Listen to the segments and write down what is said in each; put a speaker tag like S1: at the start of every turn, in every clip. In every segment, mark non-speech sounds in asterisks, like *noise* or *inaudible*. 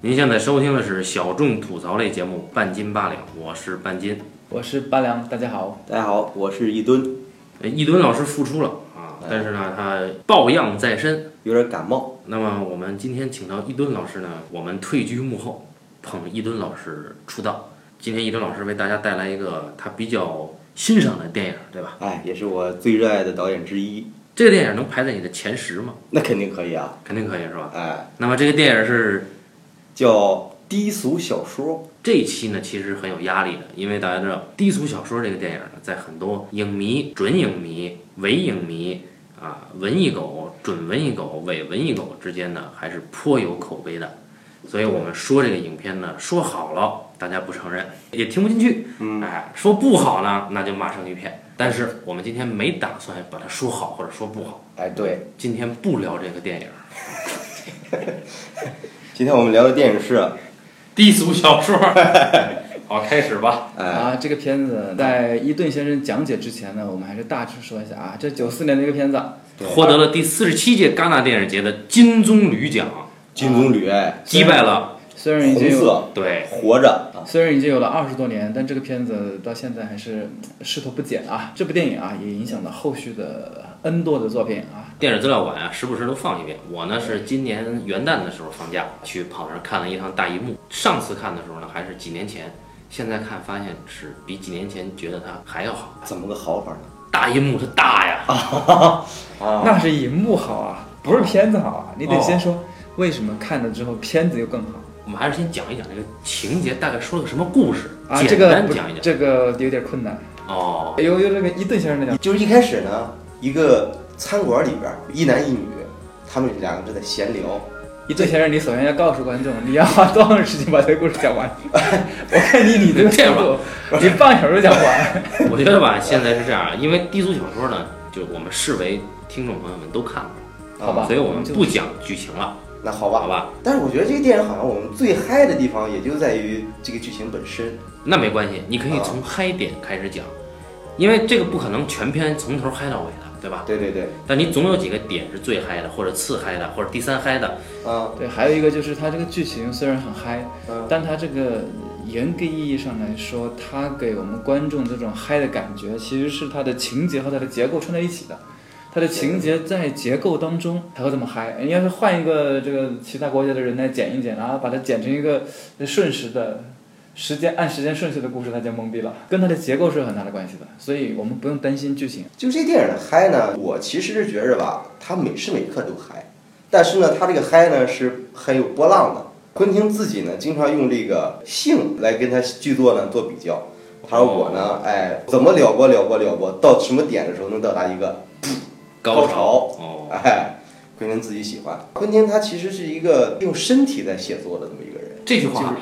S1: 您现在收听的是小众吐槽类节目《半斤八两》，我是半斤。
S2: 我是八良，大家好。
S3: 大家好，我是一吨，
S1: 呃一吨老师复出了啊，
S3: 哎
S1: 但是呢，他抱恙在身。
S3: 有点感冒，
S1: 那么我们今天请到一吨老师呢，我们退居幕后，捧一吨老师出道。今天一吨老师为大家带来一个他比较欣赏的电影，对吧？
S3: 哎，也是我最热爱的导演之一，
S1: 这个电影能排在你的前十吗？
S3: 那肯定可以啊，
S1: 肯定可以，是吧？
S3: 哎，
S1: 那么这个电影是
S3: 叫低俗小说，
S1: 这一期呢，其实很有压力的，因为大家知道低俗小说这个电影呢，在很多影迷、准影迷、伪影迷啊、文艺狗、准文艺狗、伪文艺狗之间呢，还是颇有口碑的。所以我们说这个影片呢，说好了大家不承认，也听不进去，
S3: 嗯，
S1: 哎，说不好呢，那就骂声一片。但是我们今天没打算把它说好或者说不好，
S3: 哎，对，
S1: 今天不聊这个电影，
S3: 今天我们聊的电影是，
S1: *laughs* 低俗小说。 *laughs* 好，开始吧。
S3: 哎，
S2: 啊，这个片子在伊顿先生讲解之前呢，我们还是大致说一下啊，这九四年的一个片子，
S3: 对
S1: 获得了第四十七届戛纳电影节的金棕榈奖，
S3: 金棕榈，哎，
S1: 击败了
S2: 虽然已
S3: 红
S2: 经有
S3: 色，
S1: 对
S3: 活着，啊
S2: 虽然已经有了二十多年，但这个片子到现在还是嗯势头不减啊。这部电影啊，也影响了后续的 N 多的作品啊。
S1: 电影资料馆啊，时不时都放一遍。我呢是今年元旦的时候放假去跑那儿看了一趟大荧幕。上次看的时候呢还是几年前，现在看发现是比几年前觉得它还要好。
S3: 怎么个好法呢？
S1: 大荧幕它大呀，
S3: 啊，
S2: 那是银幕好啊，不是片子好啊。你得
S1: 哦
S2: 先说为什么看了之后片子又更好
S1: 我们还是先讲一讲这个情节，大概说了个什么故事，
S2: 啊？这
S1: 简
S2: 个
S1: *laughs* 单
S2: 不
S1: 讲一讲。
S2: 这个有点困难，
S1: 哦，
S2: 由由这个伊顿先生来讲。
S3: 就是一开始呢，一个餐馆里边儿，一男一女，他们两个正在闲聊，
S2: 一顿先生，你首先要告诉观众，你要花多长时间把这个故事讲完？ *laughs* 我看你你这个
S1: 这
S2: 速
S1: 样吧
S2: 度，你半小时讲完。
S1: 我觉得吧，现在是这样啊，因为低俗小说呢，就我们视为听众朋友们都看过，
S3: 啊
S2: 好吧
S1: 所以我们不讲剧情了，
S3: 那好
S1: 好
S3: 吧，
S1: 吧？
S3: 但是我觉得这个电影好像我们最嗨的地方，也就在于这个剧情本身，
S1: 那没关系，你可以从嗨点开始讲，因为这个不可能全篇从头嗨到尾的，对吧？
S3: 对对对，
S1: 但你总有几个点是最嗨的，或者次嗨的，或者第三嗨的。
S3: 啊，
S2: 对，还有一个就是它这个剧情虽然很嗨，
S3: 嗯，
S2: 但它这个严格意义上来说，它给我们观众这种嗨的感觉，其实是它的情节和它的结构串在一起的。它的情节在结构当中才会这么嗨。你要是换一个这个其他国家的人来剪一剪，然后把它剪成一个瞬时的。时间按时间顺序的故事，他就懵逼了，跟它的结构是有很大的关系的，所以我们不用担心剧情。
S3: 就这电影的嗨呢，我其实是觉着吧，它每时每刻都嗨，但是呢，它这个嗨呢是很有波浪的。昆汀自己呢，经常用这个性来跟他剧作呢做比较。他说我
S1: 哦
S3: 呢，哎，怎么了过了过了过，到什么点的时候能到达一个，
S1: 高
S3: 高潮
S1: 哦，
S3: *laughs* 哎，昆汀自己喜欢。昆汀他其实是一个用身体在写作的这么一个人。
S1: 这句话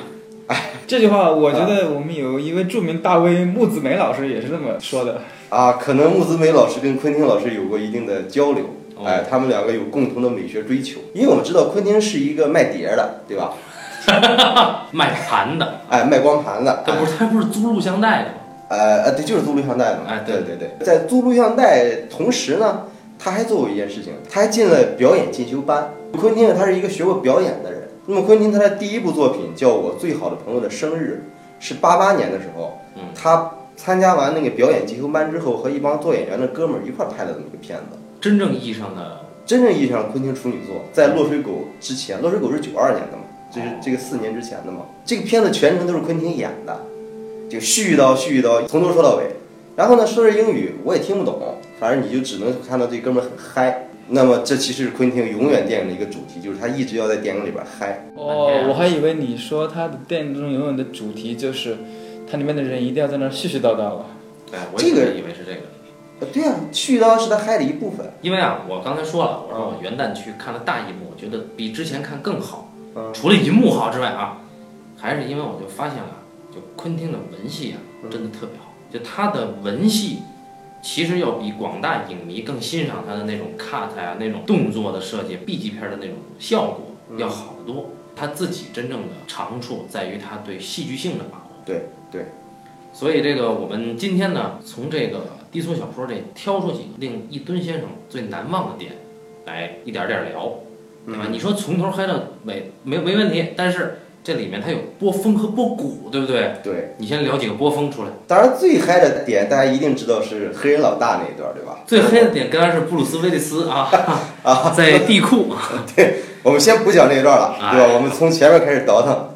S2: 这句话，我觉得我们有一位著名大 V 木子梅老师也是这么说的。
S3: 啊，可能穆子美老师跟昆汀老师有过一定的交流，
S1: 哦
S3: 哎，他们两个有共同的美学追求。因为我们知道昆汀是一个卖碟儿的，对吧？
S1: 卖盘的，
S3: 哎，卖光盘的，
S1: 他不是他不是租录像带的吗？
S3: 呃呃，对，就是租录像带的嘛。
S1: 哎对
S3: 对对对，在租录像带同时呢，他还做过一件事情，他还进了表演进修班。昆汀他是一个学过表演的人，那么昆汀他的第一部作品叫《我最好的朋友的生日》，是八八年的时候
S1: 嗯，
S3: 他参加完那个表演进修班之后，和一帮做演员的哥们儿一块儿拍了这么一个片子。
S1: 真正意义上的
S3: 真正意义上的昆汀处女作，在《落水狗》之前，《落水狗》是九二年的嘛，就是这个四年之前的嘛。这个片子全程都是昆汀演的，就絮叨絮叨，从头说到尾。然后呢，说是英语我也听不懂，反正你就只能看到这哥们儿很嗨。那么这其实是昆汀永远电影的一个主题，就是他一直要在电影里边嗨。
S2: 哦，我还以为你说他的电影中永远的主题就是，它里面的人一定要在那儿絮絮叨叨了。
S1: 哎，我也
S3: 这个
S1: 以为是这个，
S3: 呃对啊，絮叨是他嗨的一部分。
S1: 因为啊，我刚才说了，我说我元旦去看了大银幕，我觉得比之前看更好。
S3: 嗯
S1: 除了银幕好之外啊，还是因为我就发现了，就昆汀的文戏啊，真的特别好。就他的文戏，其实要比广大影迷更欣赏他的那种 cut 啊、那种动作的设计、B 级片的那种效果
S3: 嗯
S1: 要好得多。他自己真正的长处在于他对戏剧性的把握。
S3: 对对。
S1: 所以这个我们今天呢，从这个低俗小说这挑出几个令一吨先生最难忘的点，来一点点聊。对吧？
S3: 嗯
S1: 你说从头嗨到尾没没问题，但是这里面它有波峰和波谷，对不对？
S3: 对，
S1: 你先聊几个波峰出来。
S3: 当然最嗨的点大家一定知道是黑人老大那一段，对吧？
S1: 最黑的点当然是布鲁斯威利斯啊，
S3: *laughs* 啊，
S1: *laughs* 在地库，
S3: 我们先不讲这一段了，对吧？
S1: 哎
S3: 我们从前面开始倒腾。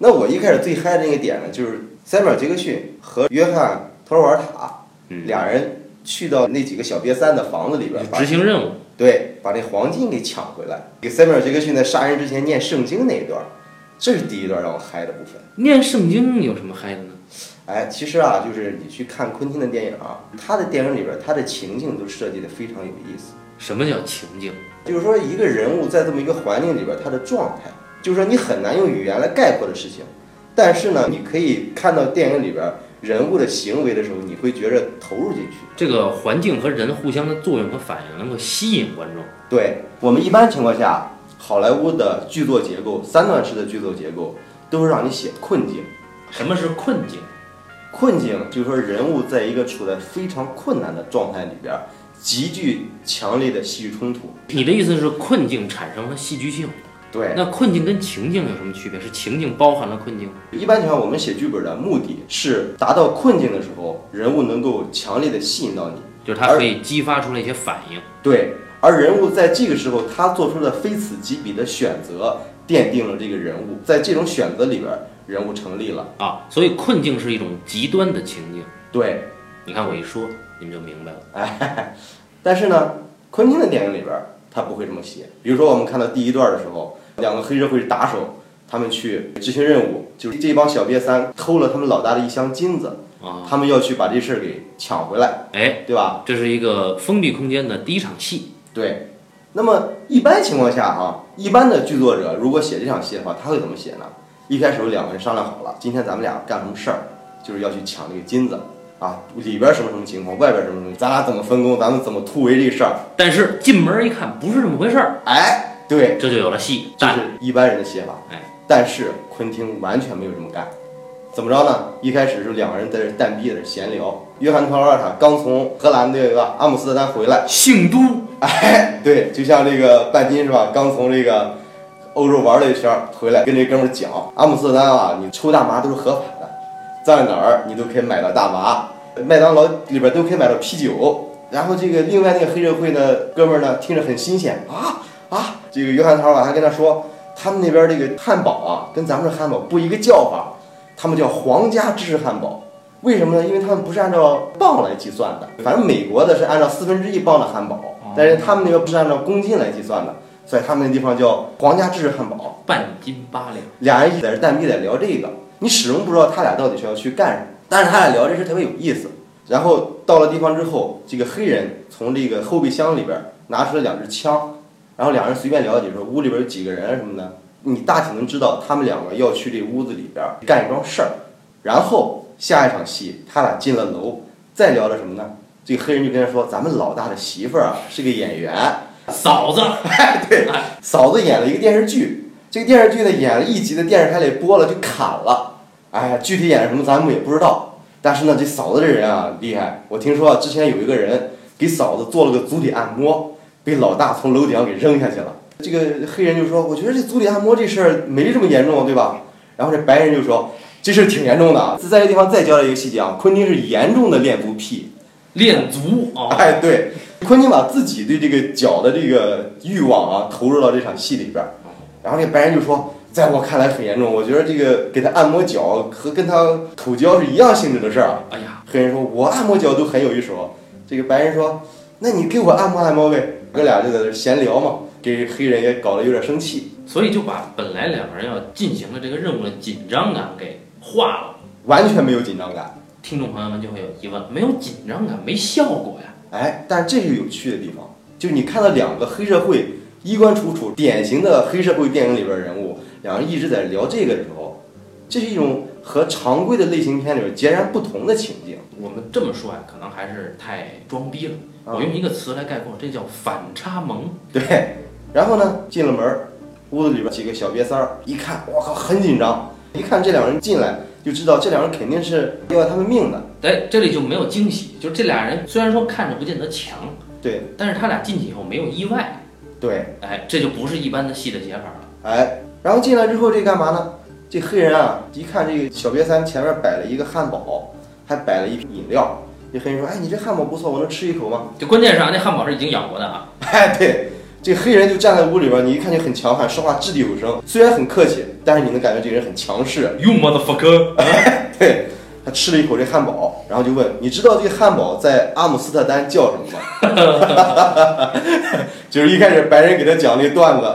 S3: 那我一开始最嗨的那个点呢，就是塞缪尔·杰克逊和约翰·托尔瓦尔塔
S1: 嗯，
S3: 俩人去到那几个小瘪三的房子里边，把
S1: 执行任务，
S3: 对，把那黄金给抢回来。给塞缪尔·杰克逊在杀人之前念圣经那一段，这是第一段让我嗨的部分。
S1: 念圣经有什么嗨的呢？
S3: 哎，其实啊，就是你去看昆汀的电影啊，他的电影里边，他的情境都设计的非常有意思。
S1: 什么叫情境？
S3: 就是说一个人物在这么一个环境里边，他的状态，就是说你很难用语言来概括的事情，但是呢，你可以看到电影里边人物的行为的时候，你会觉着投入进去。
S1: 这个环境和人互相的作用和反应能够吸引观众。
S3: 对我们一般情况下，好莱坞的剧作结构，三段式的剧作结构都是让你写困境。
S1: 什么是困境？
S3: 困境就是说人物在一个处在非常困难的状态里边，极具强烈的戏剧冲突。
S1: 你的意思是困境产生了戏剧性？
S3: 对，
S1: 那困境跟情境有什么区别？是情境包含了困境吗？
S3: 一般情况，我们写剧本的目的是达到困境的时候，人物能够强烈的吸引到你。
S1: 就是它可以激发出来一些反应。
S3: 对，而人物在这个时候他做出的非此即彼的选择，奠定了这个人物。在这种选择里边，人物成立了。
S1: 啊，所以困境是一种极端的情境。
S3: 对， *laughs*
S1: 你看我一说，你们就明白了。
S3: 但是呢，昆汀的电影里边他不会这么写。比如说，我们看到第一段的时候，两个黑社会打手，他们去执行任务，就是这帮小瘪三偷了他们老大的一箱金子，
S1: 啊，
S3: 他们要去把这事儿给抢回来，
S1: 哎，
S3: 对吧？
S1: 这是一个封闭空间的第一场戏，
S3: 对，那么一般情况下啊，一般的剧作者如果写这场戏的话，他会怎么写呢？一开始有两个人商量好了，今天咱们俩干什么事儿，就是要去抢这个金子啊，里边什么什么情况，外边什么什么，咱俩怎么分工，咱们怎么突围这个事儿。
S1: 但是进门一看不是这么回事儿，
S3: 哎，对，
S1: 这就有了戏。
S3: 这
S1: 但
S3: 是一般人的写法。
S1: 哎，
S3: 但是昆汀完全没有这么干。怎么着呢？一开始是两个人在这蛋逼在这闲聊。约翰·托尔瓦尔塔刚从荷兰对吧阿姆斯特丹回来，
S1: 姓都
S3: 对，就像这个半斤是吧？刚从这个欧洲玩了一圈儿回来，跟这哥们儿讲，阿姆斯特丹啊，你抽大麻都是合法的，在哪儿你都可以买到大麻，麦当劳里边都可以买到啤酒。然后这个另外那个黑社会的哥们儿呢，听着很新鲜啊啊！这个约翰·塔尔瓦还跟他说，他们那边这个汉堡啊，跟咱们这汉堡不一个叫法，他们叫皇家芝士汉堡。为什么呢？因为他们不是按照磅来计算的，反正美国的是按照四分之一磅的汉堡，但是他们那边不是按照公斤来计算的，所以他们那地方叫皇家芝士汉堡。
S1: 半斤八两，
S3: 俩人一直在这蛋逼在聊这个，你始终不知道他俩到底是要去干什么。但是他俩聊这事特别有意思。然后到了地方之后，这个黑人从这个后备箱里边拿出了两支枪，然后俩人随便了解说屋里边有几个人啊什么的，你大体能知道他们两个要去这屋子里边干一桩事儿。然后下一场戏，他俩进了楼，再聊了什么呢？这个黑人就跟他说：“咱们老大的媳妇儿啊是个演员，
S1: 嫂子，
S3: 嫂子演了一个电视剧，这个电视剧呢演了一集的电视台里播了就砍了，哎呀，具体演什么咱们也不知道。但是呢，这嫂子这人啊厉害，我听说啊，之前有一个人给嫂子做了个足底按摩，被老大从楼顶上给扔下去了。这个黑人就说：“我觉得这足底按摩这事儿没这么严重，对吧？”然后这白人就说：“这事儿挺严重的。”啊。在这地方再交代一个细节啊，昆汀是严重的恋足癖，
S1: 练足啊，
S3: *laughs* 哎，对，昆汀把自己对这个脚的这个欲望啊投入到这场戏里边儿，然后那白人就说，在我看来很严重，我觉得这个给他按摩脚和跟他口交是一样性质的事儿啊。
S1: 哎呀，
S3: 黑人说，我按摩脚都很有一手。这个白人说，那你给我按摩按摩呗。哥俩就在这闲聊嘛，给黑人也搞得有点生气。
S1: 所以就把本来两个人要进行的这个任务的紧张感给化了。
S3: 完全没有紧张感，
S1: 听众朋友们就会有疑问：没有紧张感，没效果呀？
S3: 哎，但这是有趣的地方，就是你看到两个黑社会衣冠楚楚、典型的黑社会电影里边人物，两人一直在聊这个的时候，这是一种和常规的类型片里边截然不同的情境。
S1: 我们这么说呀，可能还是太装逼了。
S3: 啊
S1: 我用一个词来概括，这叫反差萌。
S3: 对，然后呢，进了门儿，屋子里边几个小瘪三儿一看，我靠，很紧张。一看这两人进来，就知道这两人肯定是要他们命的。
S1: 哎，这里就没有惊喜，就是这俩人虽然说看着不见得强，
S3: 对
S1: 但是他俩进去以后没有意外，
S3: 对，
S1: 哎，这就不是一般的戏的写法了。
S3: 哎，然后进来之后这干嘛呢？这黑人啊，一看这个小瘪三前面摆了一个汉堡，还摆了一瓶饮料。这黑人说：“哎，你这汉堡不错，我能吃一口吗 *laughs*
S1: 就关键是啊，那汉堡是已经咬过的啊，？”
S3: 哎，对，这黑人就站在屋里边，你一看就很强悍，说话掷地有声，虽然很客气，但是你能感觉这个人很强势。哎
S1: You motherfucker！
S3: 对，他吃了一口这汉堡，然后就问：“你知道这个汉堡在阿姆斯特丹叫什么吗？” *laughs* 就是一开始白人给他讲那段子，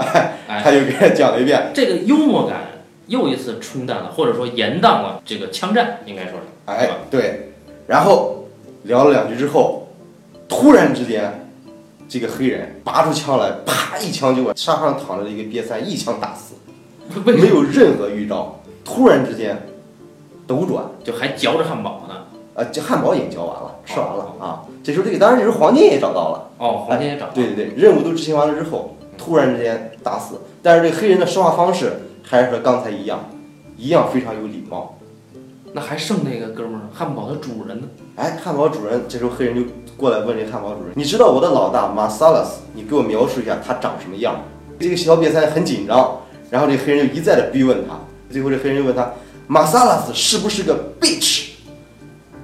S3: 他
S1: 哎，
S3: 就给他讲了一遍。
S1: 这个幽默感又一次冲淡了，或者说延宕了这个枪战，应该说是。
S3: 哎，对，然后聊了两句之后，突然之间，这个黑人拔出枪来，啪一枪就把沙发上躺着的一个瘪三一枪打死，
S1: 为
S3: 没有任何预兆。突然之间，斗转
S1: 就还嚼着汉堡呢。
S3: 啊，这汉堡也嚼完了，吃完了啊。这时候这个当然这时候黄金也找到了，哎
S1: 哦，黄金也找到了。
S3: 对对对，任务都执行完了之后，突然之间打死。但是这个黑人的说话方式还是和刚才一样，一样非常有礼貌。
S1: 那还剩那个哥们儿汉堡的主人呢？
S3: 哎，汉堡主人，这时候黑人就过来问这汉堡主人：“你知道我的老大马萨拉斯？你给我描述一下他长什么样？”这个小瘪三很紧张，然后这黑人就一再的逼问他，最后这黑人就问他：“马萨拉斯是不是个 bitch？”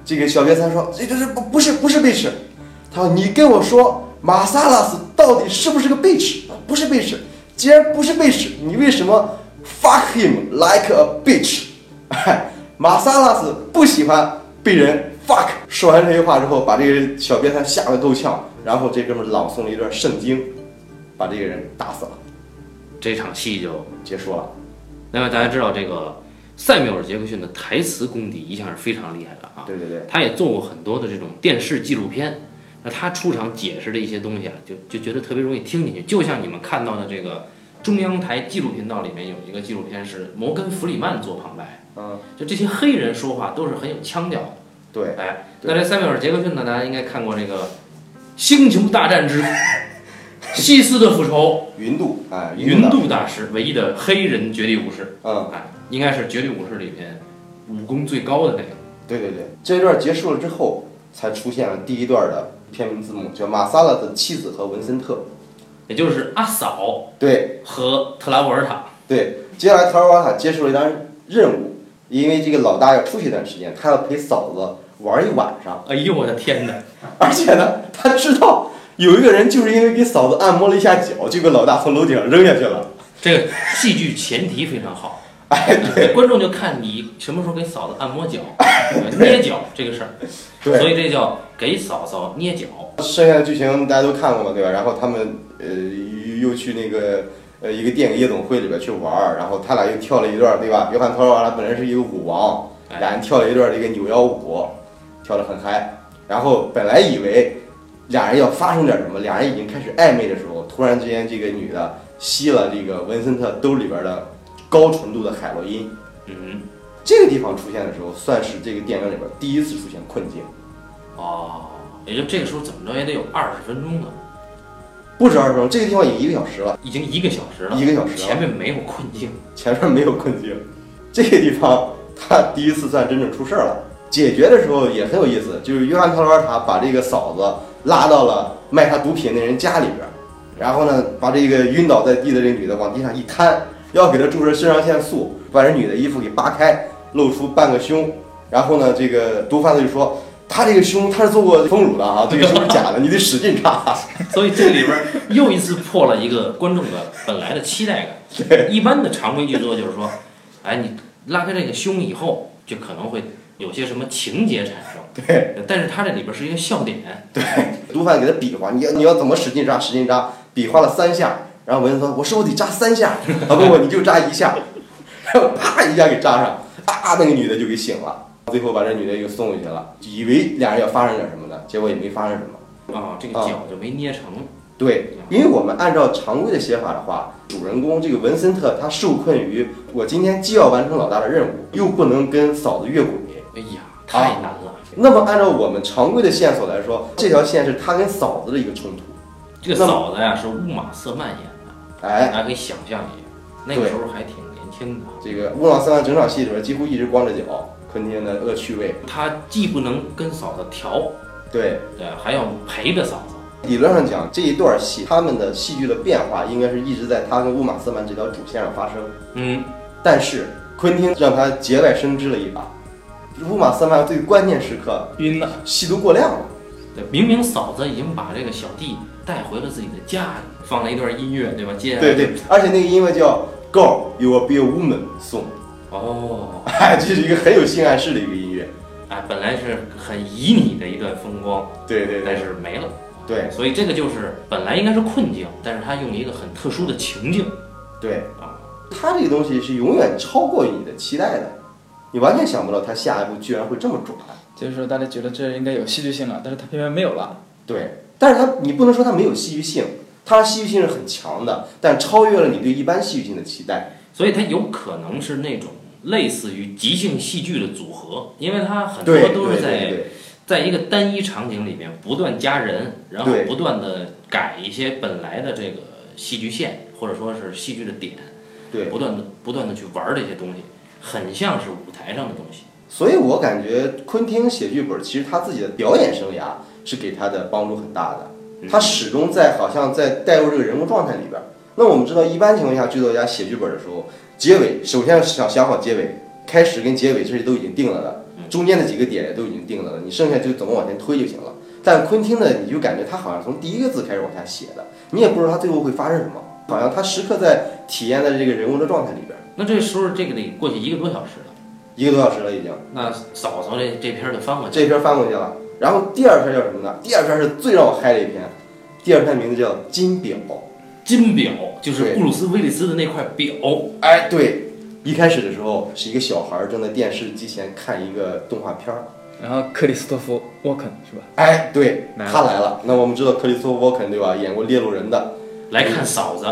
S3: 这个小瘪三说：“这就是不不是不是 bitch。”他说：“你跟我说马萨拉斯到底是不是个 bitch？不是 bitch。既然不是 bitch，你为什么 fuck him like a bitch？” *laughs* 哎，马萨拉斯不喜欢被人 fuck。说完这些话之后，把这个小瘪三吓得够呛，然后这哥们儿朗诵了一段圣经，把这个人打死了，
S1: 这场戏就
S3: 结束了。
S1: 另外，大家知道这个塞缪尔·杰克逊的台词功底一向是非常厉害的啊，
S3: 对对对，
S1: 他也做过很多的这种电视纪录片。那他出场解释的一些东西啊，就就觉得特别容易听进去，就像你们看到的这个中央台纪录频道里面有一个纪录片是摩根·弗里曼做旁白，
S3: 嗯，
S1: 就这些黑人说话都是很有腔调的。
S3: 对，
S1: 哎，
S3: 对
S1: 那这塞缪尔·杰克逊呢，大家应该看过这个《星球大战之西斯的复仇
S3: 云度，哎，》，
S1: 云
S3: 度，
S1: 度大师唯一的黑人绝地武士。
S3: 嗯，
S1: 哎，应该是绝地武士里面武功最高的那个。
S3: 对对对，这一段结束了之后，才出现了第一段的片名字幕，叫马萨拉的妻子和文森特。
S1: 也就是阿嫂
S3: 对，
S1: 和特拉沃尔塔，
S3: 对，接下来陶尔瓦塔接受了一单任务，因为这个老大要出去一段时间，他要陪嫂子玩一晚上， *laughs*
S1: 哎呦我的天哪！
S3: 而且呢，他知道有一个人就是因为给嫂子按摩了一下脚，就被老大从楼顶上扔下去了。
S1: 这个戏剧前提非常好， *laughs*
S3: 哎，对哎
S1: 观众就看你什么时候给嫂子按摩脚、捏脚这个事儿，所
S3: 对，
S1: 以这叫给嫂嫂捏脚。
S3: 剩下的剧情大家都看过嘛，对吧？然后他们呃又又去那个。呃，一个电影夜总会里边去玩儿，然后他俩又跳了一段，对吧？约翰·陶尔瓦塔本来是一个舞王，俩
S1: 哎，
S3: 人跳了一段这个扭腰舞，跳得很嗨。然后本来以为俩人要发生点什么，俩人已经开始暧昧的时候，突然之间这个女的吸了这个文森特兜里边的高纯度的海洛因。
S1: 嗯，
S3: 这个地方出现的时候，算是这个电影里边第一次出现困境，
S1: 哦，也就这个时候怎么着也得有二十分钟了，
S3: 不止二十分钟，这个地方已经一个小时了，
S1: 已经一个小时了，
S3: 一个小时
S1: 前
S3: 了，
S1: 面没有困境，
S3: 前面没有困境。这个地方他第一次算真正出事儿了。解决的时候也很有意思，就是约翰·特劳尔塔把这个嫂子拉到了卖他毒品那人家里边儿，然后呢，把这个晕倒在地的这女的往地上一摊，要给她注射肾上腺素，把这女的衣服给扒开，露出半个胸。然后呢，这个毒贩子就说：“他这个胸他是做过丰乳的啊，这个胸是假的，你得使劲插。
S1: 所以这里边儿又一次破了一个观众的本来的期待感。一般的常规剧作就是说，哎，你拉开这个胸以后，就可能会有些什么情节产生。”
S3: 对，
S1: 但是它这里边是一个笑点，
S3: 毒贩给他比划，你要你要怎么使劲扎，使劲扎，比划了三下，然后蚊子说：“我说我得扎三下。”啊不不，你就扎一下，然后啪一下给扎上，啊那个女的就给醒了，最后把这女的又送回去了，以为俩人要发生点什么呢，结果也没发生什么。
S1: 啊、这个
S3: 啊
S1: 脚就没捏成。
S3: 对，因为我们按照常规的写法的话，主人公这个文森特他受困于我今天既要完成老大的任务，又不能跟嫂子越轨。
S1: 哎呀，
S3: 啊
S1: 太难了！
S3: 那么按照我们常规的线索来说，这条线是他跟嫂子的一个冲突。
S1: 这个嫂子呀是乌玛瑟曼演的，
S3: 哎，
S1: 大家可以想象一下，那个时候还挺年轻的。
S3: 这个乌朗三万整场戏里边几乎一直光着脚，昆汀的恶趣味。
S1: 她既不能跟嫂子调，
S3: 对，
S1: 对，还要陪着嫂子。
S3: 理论上讲，这一段戏他们的戏剧的变化应该是一直在他跟乌马斯曼这条主线上发生，
S1: 嗯，
S3: 但是昆汀让他节外生枝了一把。乌玛三万对关键时刻
S2: 晕了，
S3: 吸毒过量了，
S1: 对，明明嫂子已经把这个小弟带回了自己的家里，放了一段音乐，对吧？接下来
S3: 对对，而且那个音乐叫《Girl You Will Be a Woman》送，
S1: 哦，
S3: *laughs* 哎，这是一个很有性暗示的一个音乐。
S1: 哎，本来是很旖旎的一段风光，
S3: 对对
S1: 但
S3: 对
S1: 是没了。
S3: 对
S1: 所以这个就是本来应该是困境，但是他用一个很特殊的情境
S3: 对，
S1: 啊，
S3: 它这个东西是永远超过你的期待的，你完全想不到它下一步居然会这么抓。
S2: 就是说大家觉得这应该有戏剧性了，但是它偏偏没有了。
S3: 对，但是它你不能说它没有戏剧性，它戏剧性是很强的，但超越了你对一般戏剧性的期待。
S1: 所以它有可能是那种类似于即兴戏剧的组合，因为它很多
S3: 对对
S1: 啊都是
S3: 对
S1: 在
S3: 对
S1: 在一个单一场景里面不断加人，然后
S3: 对
S1: 不断的改一些本来的这个戏剧线或者说是戏剧的点，
S3: 对，
S1: 不断的不断的去玩这些东西，很像是舞台上的东西。
S3: 所以我感觉昆汀写剧本，其实他自己的表演生涯是给他的帮助很大的。他始终在好像在带入这个人物状态里边儿。那我们知道，一般情况下，剧作家写剧本的时候，结尾首先要想想好结尾，开始跟结尾这些都已经定了的，中间的几个点也都已经定了的，你剩下就怎么往前推就行了。但昆汀呢，你就感觉他好像从第一个字开始往下写的，你也不知道他最后会发生什么，好像他时刻在体验在这个人物的状态里边儿，
S1: 那这时候这个得过去一个多小时了，
S3: 一个多小时了已经。
S1: 那嫂嫂这这篇儿就翻过去了。
S3: 这篇翻过去了，然后第二篇叫什么呢？第二篇是最让我嗨的一篇，第二篇名字叫《金表》。
S1: 金表就是
S3: 对
S1: 布鲁斯威利斯的那块表，
S3: 哎，对，一开始的时候是一个小孩儿正在电视机前看一个动画片儿。
S2: 然后克里斯托弗沃肯是吧？
S3: 哎，对，
S2: 来了
S3: 他来了。那我们知道克里斯托弗沃肯对吧？演过《猎鹿人》的。
S1: 来看嫂子。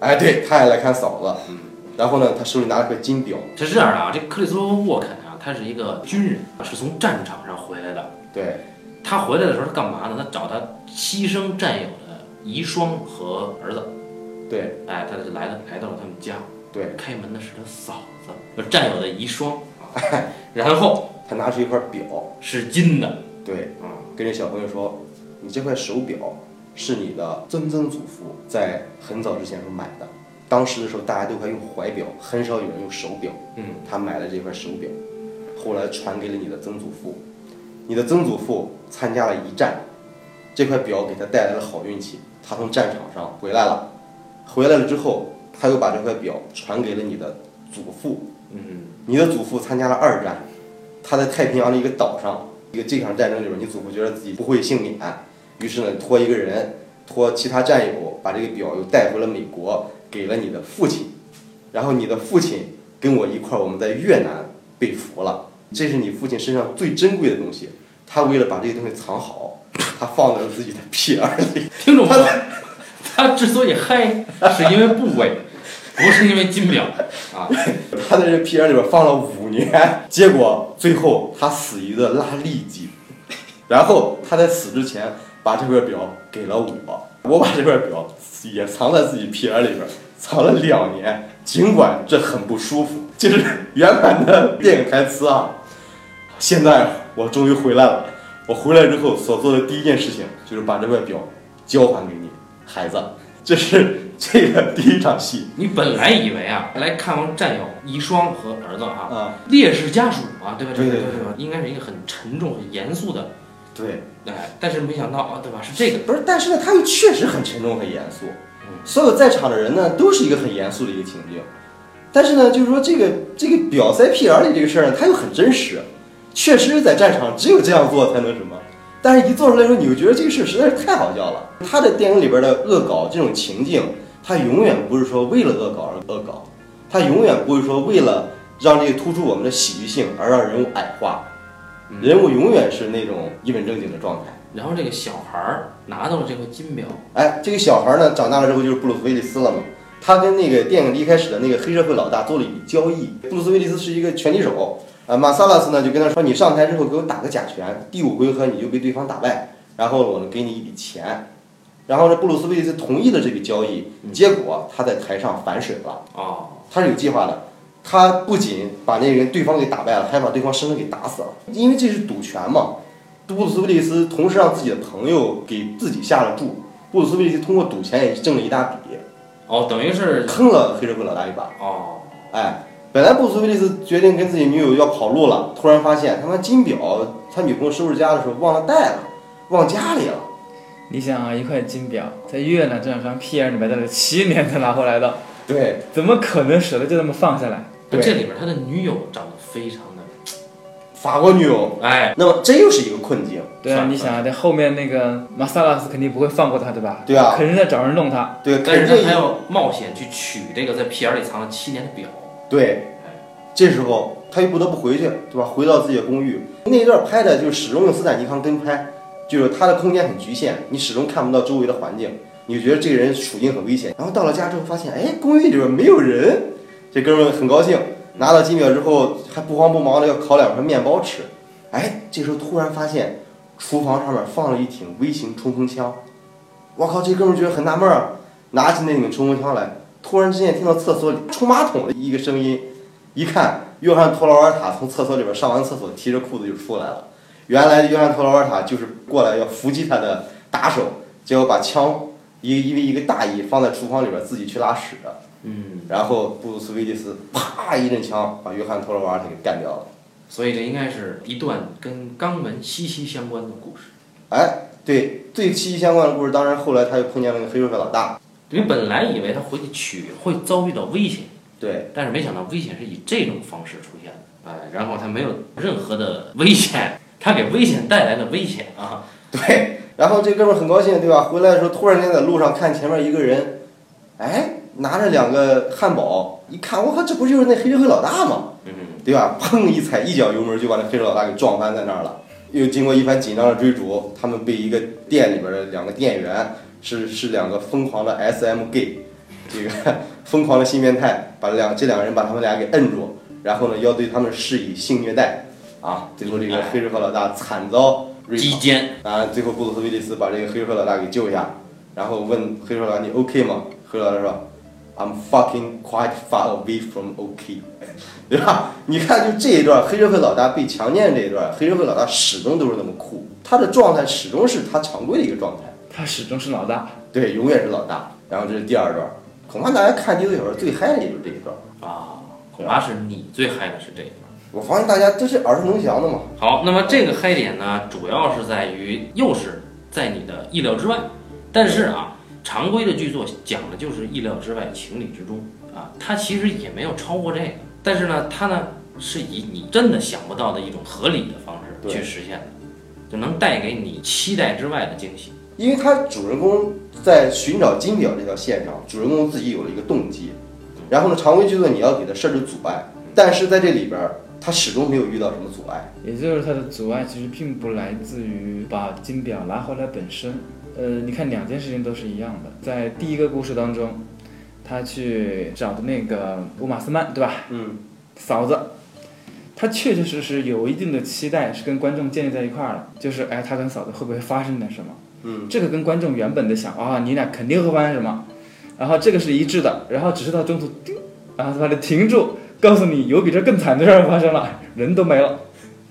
S3: 哎，对，他也来看嫂子。嗯。然后呢，他手里拿了块金表。
S1: 是这样的啊，这克里斯托弗沃肯啊，他是一个军人，是从战场上回来的。
S3: 对，
S1: 他回来的时候是干嘛呢？他找他牺牲战友的遗孀和儿子，
S3: 对，
S1: 哎，他就来了，来到了他们家。
S3: 对，
S1: 开门的是他嫂子，就是战友的遗孀啊。 *laughs* 然后
S3: 他拿出一块表。
S1: 是金的，
S3: 对，
S1: 啊，
S3: 跟这小朋友说，你这块手表是你的曾曾祖父在很早之前时候买的。当时的时候，大家都还用怀表，很少有人用手表。
S1: 嗯，
S3: 他买了这块手表，后来传给了你的曾祖父。你的曾祖父参加了一战，这块表给他带来了好运气。他从战场上回来了，回来了之后，他又把这块表传给了你的祖父。
S1: 嗯，
S3: 你的祖父参加了二战，他在太平洋的一个岛上，一个这场战争里边，你祖父觉得自己不会幸免，于是呢，托一个人，托其他战友，把这个表又带回了美国，给了你的父亲，然后你的父亲跟我一块儿，我们在越南被俘了，这是你父亲身上最珍贵的东西，他为了把这些东西藏好，他放在了自己的屁眼儿里，
S1: 听懂吗？他之所以嗨，是因为部位，不是因为金表啊。
S3: 他在这屁眼儿里边放了五年，结果最后他死于的拉痢疾。然后他在死之前把这块表给了我，我把这块表也藏在自己屁眼儿里边，藏了两年，尽管这很不舒服，就是原版的电影台词啊。现在我终于回来了，我回来之后所做的第一件事情就是把这块表交还给你，孩子，这是这个第一场戏
S1: 你本来以为啊，来看望战友遗孀和儿子啊，
S3: 啊，
S1: 烈士家属嘛，对吧？
S3: 对
S1: 对
S3: 对
S1: 吧，应该是一个很沉重、很严肃的，
S3: 对。
S1: 哎，但是没想到啊，对吧？是这个，
S3: 不是，但是呢，他又确实很沉重、很严肃
S1: 嗯。
S3: 所有在场的人呢，都是一个很严肃的一个情境。但是呢，就是说这个这个表塞屁眼儿里这个事儿呢，它又很真实，确实在战场只有这样做才能什么。但是，一做出来的时候，你就觉得这个事儿实在是太好笑了。他的电影里边的恶搞这种情境，他永远不是说为了恶搞而恶搞，他永远不是说为了让这个突出我们的喜剧性而让人物矮化，人物永远是那种一本正经的状态。
S1: 然后这个小孩儿拿到了这块金表，
S3: 哎，这个小孩呢，长大了之后就是布鲁斯威利斯了嘛。他跟那个电影里一开始的那个黑社会老大做了一笔交易。布鲁斯威利斯是一个拳击手，啊，马萨拉斯呢就跟他说：“你上台之后给我打个假拳，第五回合你就被对方打败，然后我呢给你一笔钱。”然后呢，布鲁斯威利斯同意了这笔交易，结果他在台上反水了。
S1: 哦，
S3: 他是有计划的。他不仅把那个人对方给打败了，还把对方生生给打死了，因为这是赌权嘛。布鲁斯威利斯同时让自己的朋友给自己下了注，布鲁斯威利斯通过赌钱也挣了一大笔，
S1: 哦，等于是，
S3: 坑了黑社会老大一把。
S1: 哦，
S3: 哎，本来布鲁斯威利斯决定跟自己女友要跑路了，突然发现他妈金表，他女朋友收拾家的时候忘了带了，忘家里了。
S2: 你想啊，一块金表在越南这两张屁眼里面待了七年才拿回来的，
S3: 对，
S2: *laughs* 怎么可能舍得就这么放下来？
S3: 对
S1: 这里边他的女友长得非常的，
S3: 法国女友。
S1: 哎，
S3: 那么这又是一个困境，
S2: 对啊，
S1: 算了
S2: 你想啊，在后面那个马萨拉斯肯定不会放过他，对吧？
S3: 对啊
S2: 肯定在找人弄他。
S3: 对，
S1: 但
S3: 肯
S1: 是
S3: 定
S1: 他还要冒险去取这个在屁眼里藏了七年的表，
S3: 对，这时候他又不得不回去，对吧？回到自己的公寓，那一段拍的就是始终用斯坦尼康跟拍，就是他的空间很局限，你始终看不到周围的环境，你就觉得这个人处境很危险。然后到了家之后发现，哎，公寓里边没有人，这哥们儿很高兴，拿到金表之后还不慌不忙的要烤两块面包吃。哎，这时候突然发现厨房上面放了一挺微型冲锋枪，我靠，这哥们儿觉得很纳闷儿，拿起那挺冲锋枪来。突然之间听到厕所里冲马桶的一个声音，一看，约翰·托劳尔塔从厕所里边上完厕所，提着裤子就出来了。原来约翰·托劳尔塔就是过来要伏击他的打手，结果把枪一因为一个大意放在厨房里边，自己去拉屎了。
S1: 嗯，
S3: 然后布鲁斯·威利斯啪一阵枪把约翰·托劳尔塔给干掉了。
S1: 所以这应该是一段跟肛门息息相关的故事。
S3: 哎，对，最息息相关的故事，当然后来他又碰见了那个黑社会老大。
S1: 你本来以为他回去取会遭遇到危险，
S3: 对，
S1: 但是没想到危险是以这种方式出现的，哎，然后他没有任何的危险，他给危险带来了危险啊，
S3: *laughs* 对，然后这哥们儿很高兴，对吧？回来的时候突然间在路上看前面一个人，哎，拿着两个汉堡，一看，我靠，这不就是那黑社会老大吗？
S1: 嗯，
S3: 对吧？ *laughs* 砰一踩，一脚油门就把那黑社会老大给撞翻在那儿了。又经过一番紧张的追逐，他们被一个店里边的两个店员是是两个疯狂的 SM gay，这个 *laughs* 疯狂的性变态，把两这两个人把他们俩给摁住，然后呢要对他们施以性虐待，啊，最后这个黑社会老大惨遭瑞
S1: 哎击
S3: 考
S1: 奸，
S3: 啊，最后布鲁斯威利斯把这个黑社会老大给救下，然后问黑社会老大你 OK 吗？黑社会老大说，I'm fucking quite far away from OK，对 *laughs* 吧？你看就这一段黑社会老大被强奸这一段，黑社会老大始终都是那么酷，他的状态始终是他常规的一个状态，
S2: 他始终是老大。
S3: 对，永远是老大。然后这是第二段，恐怕大家看第六小说最嗨的也就是这一段，
S1: 啊，恐怕是你最嗨的是这一段。
S3: 我发现大家都是耳熟能详的嘛。
S1: 好，那么这个嗨点呢，主要是在于又是在你的意料之外，但是啊，常规的剧作讲的就是意料之外，情理之中啊，它其实也没有超过这个，但是呢，它呢是以你真的想不到的一种合理的方式
S3: 对
S1: 去实现的，就能带给你期待之外的惊喜。
S3: 因为他主人公在寻找金表这条线上，主人公自己有了一个动机，然后呢，常规剧作你要给他设置阻碍，但是在这里边儿，他始终没有遇到什么阻碍。
S2: 也就是他的阻碍其实并不来自于把金表拿回来本身。呃，你看两件事情都是一样的，在第一个故事当中，他去找的那个乌玛斯曼，对吧？
S3: 嗯，
S2: 嫂子，他确确实实有一定的期待，是跟观众建立在一块儿了。就是哎，他跟嫂子会不会发生点什么？
S3: 嗯，
S2: 这个跟观众原本的想啊，你俩肯定会发生什么，然后这个是一致的，然后只是到中途叮，然后把它停住，告诉你有比这更惨的事儿发生了，人都没了。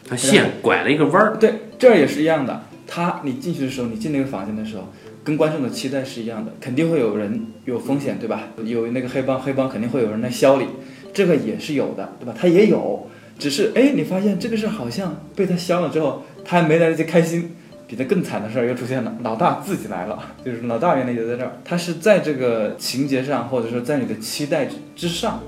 S1: 它线拐了一个弯儿，
S2: 对，这儿也是一样的。他你进去的时候，你进那个房间的时候，跟观众的期待是一样的，肯定会有人有风险，对吧？有那个黑帮，黑帮肯定会有人来削你，这个也是有的，对吧？他也有，只是哎，你发现这个事儿好像被他削了之后，他还没来得及开心。比他更惨的事儿又出现了，老大自己来了，就是老大原来也在这儿，他是在这个情节上，或者说在你的期待之之上，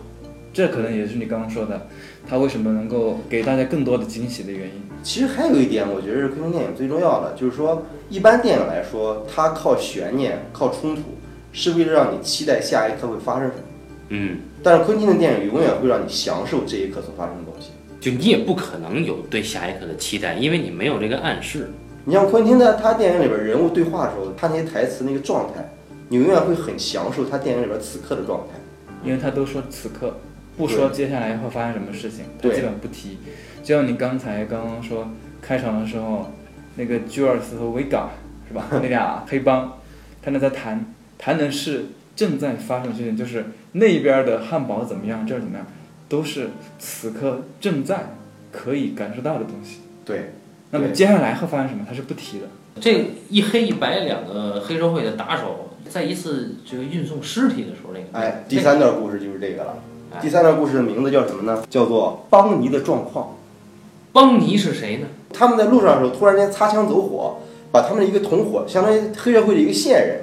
S2: 这可能也是你刚刚说的，他为什么能够给大家更多的惊喜的原因。
S3: 其实还有一点，我觉得是昆汀电影最重要的，就是说，一般电影来说，它靠悬念、靠冲突，是为了让你期待下一刻会发生什么。
S1: 嗯，
S3: 但是昆汀的电影永远会让你享受这一刻所发生的东西。
S1: 就你也不可能有对下一刻的期待，因为你没有这个暗示。
S3: 你像昆汀在他电影里边人物对话的时候，他那些台词那个状态，你永远会很享受他电影里边此刻的状态。
S2: 因为他都说此刻，不说接下来会发生什么事情，他
S3: 对
S2: 基本不提。就像你刚才刚刚说开场的时候，那个 Jules 和 Vega 是吧？ *laughs* 那俩黑帮，他们在谈谈的是正在发生的事情，就是那边的汉堡怎么样，这儿怎么样，都是此刻正在可以感受到的东西。
S3: 对，
S2: 那么
S3: 对
S2: 接下来会发生什么，他是不提的。
S1: 这一黑一白两个黑社会的打手，在一次这个运送尸体的时候，那个
S3: 哎，第三段故事就是这个了。哎第三段故事的名字叫什么呢？叫做《邦尼的状况》。
S1: 邦尼是谁呢？
S3: 他们在路上的时候，突然间擦枪走火，把他们的一个同伙，相当于黑社会的一个线人，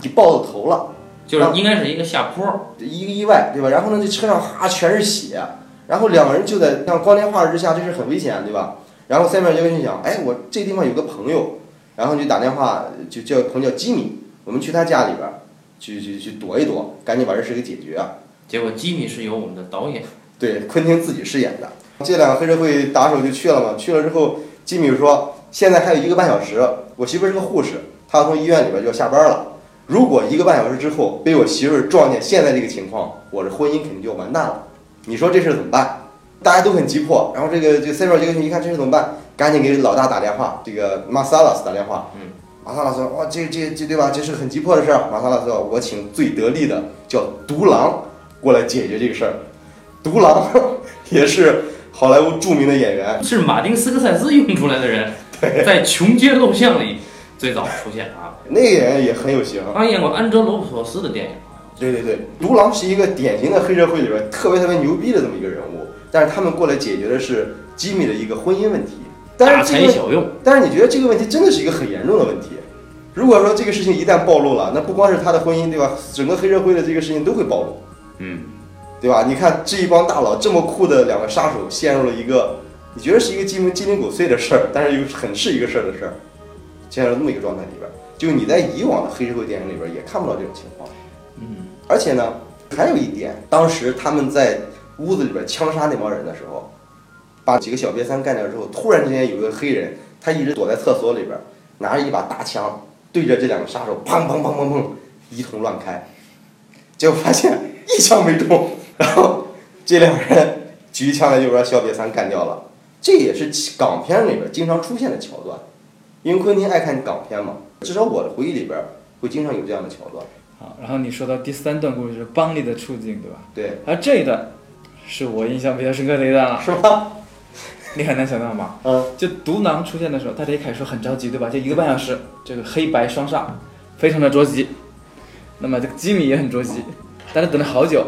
S3: 给爆到头了。
S1: 就是应该是一个下坡，
S3: 一个意外，对吧？然后呢，这车上哈全是血，然后两个人就在像光天化日之下，这是很危险，对吧？然后塞缪尔·杰克逊想，哎，我这地方有个朋友，然后就打电话，就叫朋友叫吉米，我们去他家里边儿去去去躲一躲，赶紧把这事给解决。啊
S1: 结果吉米是由我们的导演
S3: 对，昆汀自己饰演的。这两个黑社会打手就去了嘛，去了之后，吉米说：“现在还有一个半小时，我媳妇儿是个护士，她从医院里边就要下班了。如果一个半小时之后被我媳妇儿撞见现在这个情况，我的婚姻肯定就完蛋了。你说这事儿怎么办？”大家都很急迫，然后这个这个塞缪尔杰克逊一看这事怎么办，赶紧给老大打电话，这个马萨拉斯打电话。
S1: 嗯，
S3: 马萨拉斯说：“哇，这这这对吧？这是很急迫的事儿。”马萨拉斯说：“我请最得力的叫独狼过来解决这个事儿。”独狼 *laughs* 也是好莱坞著名的演员，
S1: 是马丁斯科塞斯用出来的
S3: *laughs*
S1: 人，在《穷街陋巷》里最早出现啊。
S3: 那个演员也很有型。
S1: 他演过安哲罗普索斯的电影啊，
S3: 对对对，独狼是一个典型的黑社会里边特别特别牛逼的这么一个人物，但是他们过来解决的是吉米的一个婚姻问题。
S1: 大
S3: 但是这
S1: 材
S3: 个
S1: 小用，
S3: 但是你觉得这个问题真的是一个很严重的问题？如果说这个事情一旦暴露了，那不光是他的婚姻，对吧？整个黑社会的这个事情都会暴露，
S1: 嗯，
S3: 对吧？你看这一帮大佬这么酷的两个杀手，陷入了一个你觉得是一个鸡毛鸡零狗碎的事儿，但是又很是一个事儿的事儿，陷入这么一个状态里边儿。就你在以往的黑社会电影里边儿也看不到这种情况。
S2: 嗯，
S3: 而且呢，还有一点，当时他们在屋子里边枪杀那帮人的时候，把几个小瘪三干掉之后，突然之间有一个黑人，他一直躲在厕所里边，拿着一把大枪对着这两个杀手，砰砰砰砰砰，一通乱开，结果发现一枪没中，然后这两个人举起枪来就把小瘪三干掉了。这也是港片里边经常出现的桥段，因为昆汀爱看港片嘛，至少我的回忆里边会经常有这样的桥段。
S2: 好。然后你说到第三段故事是邦利的处境，对吧？
S3: 对，
S2: 而这一段是我印象比较深刻的一段了，
S3: 是吧？
S2: 你很难想象吧？
S3: 嗯。
S2: 就独狼出现的时候，大家一开始说很着急，对吧？就一个半小时，这个黑白双煞非常的着急。那么这个吉米也很着急，大家等了好久，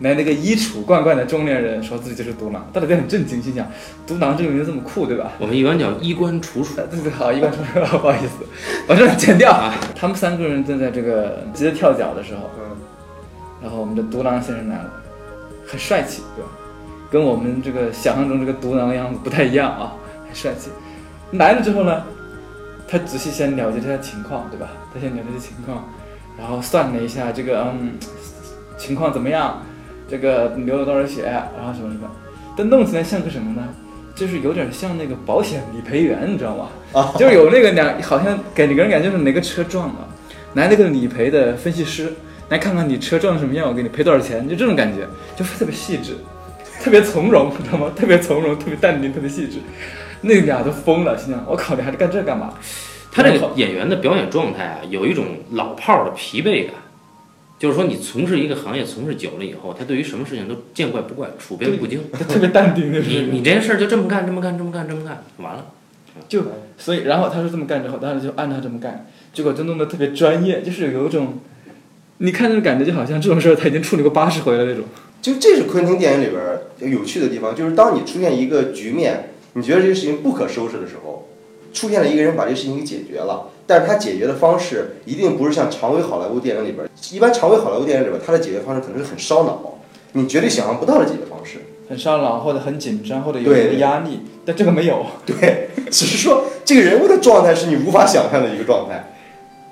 S2: 来那个衣橱罐罐的中年人说自己就是独狼，大家都很震惊，心想独狼这个名字这么酷，对吧？ *laughs*
S1: 我们一般叫衣冠楚楚
S2: 呃，对对，好，一般说 *laughs* 不好意思，把这段剪掉啊。他们三个人正在这个直接跳脚的时候，
S3: 嗯
S2: 然后我们的独狼先生来了，很帅气，对吧？跟我们这个想象中这个独狼的样子不太一样啊，很帅气。来了之后呢，他仔细先了解他的情况，对吧？他先了解这情况，然后算了一下这个嗯情况怎么样，这个流了多少血，然后什么什么，但弄起来像个什么呢？就是有点像那个保险理赔员，你知道吗？
S3: 啊，
S2: 就是有那个两，好像给人个人感觉就是哪个车撞了，拿那个理赔的分析师来看看你车撞什么样，我给你赔多少钱，就这种感觉，就特别细致，特别从容，你知道吗？特别从容，特别淡定，特别细致。那俩都疯了，心想我靠，你还是干这干嘛？
S1: 他这个演员的表演状态啊，有一种老炮儿的疲惫感，就是说你从事一个行业从事久了以后，他对于什么事情都见怪不怪，处变不惊。
S2: 就特别淡定，就
S1: 你
S2: 是。
S1: 你这件事儿就这么干，这么干，这么干，这么干，完了。
S2: 就所以，然后他说这么干之后，当时就按照他这么干，结果就弄得特别专业，就是有一种，你看那种感觉就好像这种事儿他已经处理过八十回了那种。
S3: 就这是昆汀电影里边儿有趣的地方，就是当你出现一个局面，你觉得这个事情不可收拾的时候，出现了一个人把这个事情给解决了，但是他解决的方式一定不是像常规好莱坞电影里边儿，一般常规好莱坞电影里边儿他的解决方式可能是很烧脑，你绝对想象不到的解决方式。
S2: 很烧脑，或者很紧张，或者有
S3: 对
S2: 一个压力，但这个没有。
S3: 对， *laughs* 只是说这个人物的状态是你无法想象的一个状态。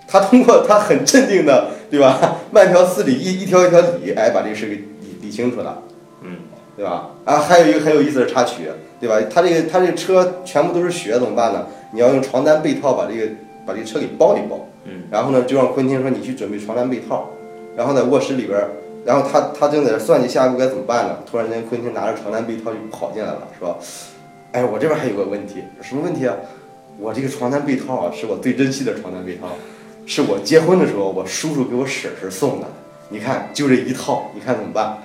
S3: 他通过他很镇定的，对吧？慢条斯理，一一条一条理，哎，把这个事给理理清楚了。
S1: 嗯，
S3: 对吧？啊，还有一个很有意思的插曲，对吧？他这个他这个车全部都是血，怎么办呢？你要用床单被套把这个把这个车给包一包，
S1: 嗯，
S3: 然后呢就让昆汀说你去准备床单被套，然后在卧室里边儿，然后他他正在这算计下一步该怎么办呢？突然间，昆汀拿着床单被套就跑进来了，说：“哎，我这边还有个问题，什么问题啊？我这个床单被套啊，是我最珍惜的床单被套，是我结婚的时候我叔叔给我婶婶送的，你看就这一套，你看怎么办？”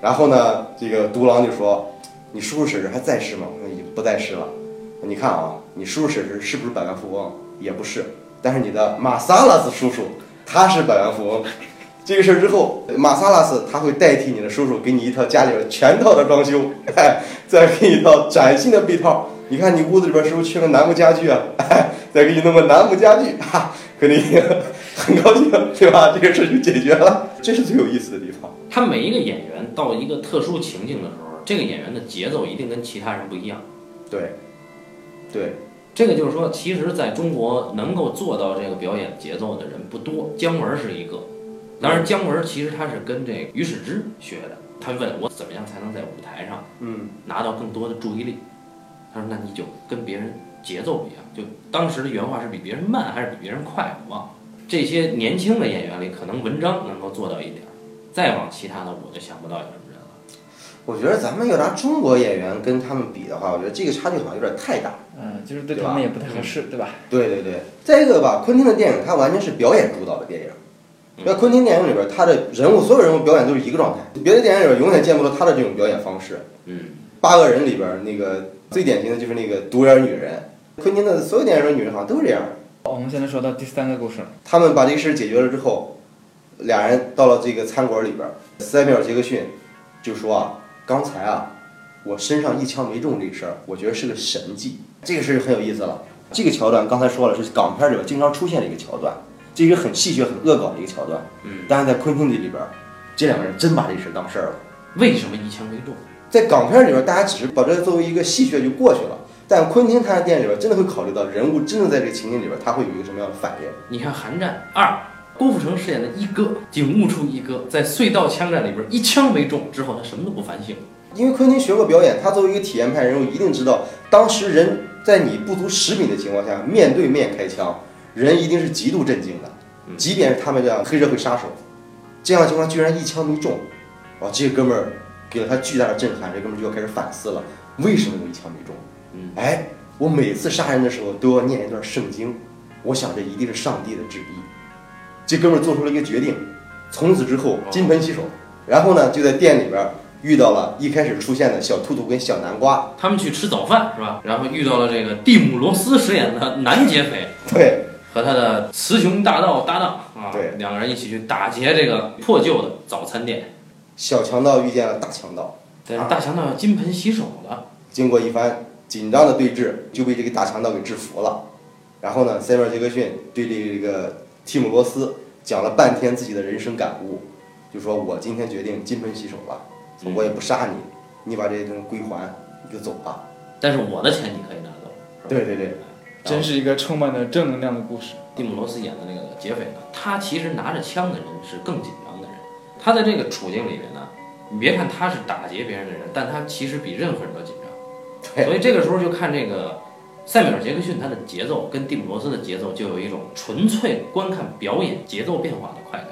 S3: 然后呢，这个独狼就说：“你叔叔婶婶还在世吗？”我说：“已经不在世了。”你看啊，你叔叔婶婶是不是百万富翁？也不是。但是你的马萨拉斯叔叔，他是百万富翁。这个事儿之后，马萨拉斯他会代替你的叔叔，给你一套家里边全套的装修， *laughs* 哎，再给你一套崭新的被套。你看你屋子里边是不是缺个楠木家具啊？哎，再给你弄个楠木家具，哈、可你 *laughs* 很高兴，对吧？这个事儿就解决了，这是最有意思的地方。
S1: 他每一个演员到一个特殊情境的时候，这个演员的节奏一定跟其他人不一样。
S3: 对，对，
S1: 这个就是说，其实在中国能够做到这个表演节奏的人不多。姜文是一个，当然姜文其实他是跟这个于世之学的。他问我怎么样才能在舞台上
S3: 嗯，
S1: 拿到更多的注意力，他说那你就跟别人节奏不一样，就当时的原话是比别人慢还是比别人快，我忘了。这些年轻的演员里，可能文章能够做到一点儿，再往其他的我就想不到有什么人了。
S3: 我觉得咱们要拿中国演员跟他们比的话，我觉得这个差距好像有点太大。
S2: 嗯，就是对
S3: 对
S2: 他
S3: 吧
S2: 们也不太合适，对吧？
S3: 对对对，再一个吧，昆汀的电影它完全是表演主导的电影。那昆汀电影里边，他的人物所有人物表演都是一个状态，别的电影里边永远见不到他的这种表演方式。
S1: 嗯，
S3: 八个人里边那个最典型的就是那个独眼女人，昆汀的所有电影里边女人好像都是这样。
S2: 哦我们现在说到第三个故事了，
S3: 他们把这个事儿解决了之后，俩人到了这个餐馆里边儿，塞缪尔·杰克逊就说啊，刚才啊，我身上一枪没中这事儿，我觉得是个神迹。这个事儿就很有意思了。这个桥段刚才说了，是港片里边经常出现的一个桥段，这一个很戏谑、很恶搞的一个桥段。
S1: 嗯，
S3: 但是在昆汀这里边儿，这两个人真把这事儿当事儿了。
S1: 为什么一枪没中？
S3: 在港片里边，大家只是把这作为一个戏谑就过去了。但昆汀他的电影里边真的会考虑到人物真的在这个情境里边，他会有一个什么样的反应。
S1: 你看《寒战二》，郭富城饰演的一哥，警务处一哥，在隧道枪战里边一枪没中，之后他什么都不反省。
S3: 因为昆汀学过表演，他作为一个体验派人物，一定知道当时人在你不足十米的情况下，面对面开枪，人一定是极度震惊的。
S1: 嗯
S3: 即便是他们这样黑社会杀手，这样的情况居然一枪没中，哇，这个哥们儿给了他巨大的震撼，这哥们儿就要开始反思了，为什么我一枪没中？
S1: 嗯，
S3: 哎，我每次杀人的时候都要念一段圣经，我想这一定是上帝的旨意。这哥们儿做出了一个决定，从此之后金盆
S1: 哦
S3: 洗手。然后呢，就在店里边儿遇到了一开始出现的小兔兔跟小南瓜。
S1: 他们去吃早饭是吧？然后遇到了这个蒂姆·罗斯饰演的男劫匪
S3: 对
S1: 和他的雌雄大盗搭档啊，
S3: 对啊
S1: 两个人一起去打劫这个破旧的早餐店。
S3: 小强盗遇见了大强盗，
S1: 但是大强盗要金盆洗手了，
S3: 经过一番紧张的对峙，就被这个大强盗给制服了。然后呢，塞缪尔·杰克逊对这个蒂姆·罗斯讲了半天自己的人生感悟，就说我今天决定金盆洗手了，
S1: 嗯
S3: 我也不杀你，你把这些东西归还，你就走吧。
S1: 但是我的钱你可以拿走。是吧
S3: 对对对，
S2: 真是一个充满了正能量的故事。
S1: 蒂姆·罗斯演的那个劫匪呢，他其实拿着枪的人是更紧张的人。他在这个处境里面呢，你别看他是打劫别人的人，但他其实比任何人都紧张。
S3: 对
S1: 所以这个时候就看这个塞缪尔·杰克逊他的节奏跟蒂姆·罗斯的节奏就有一种纯粹观看表演节奏变化的快感。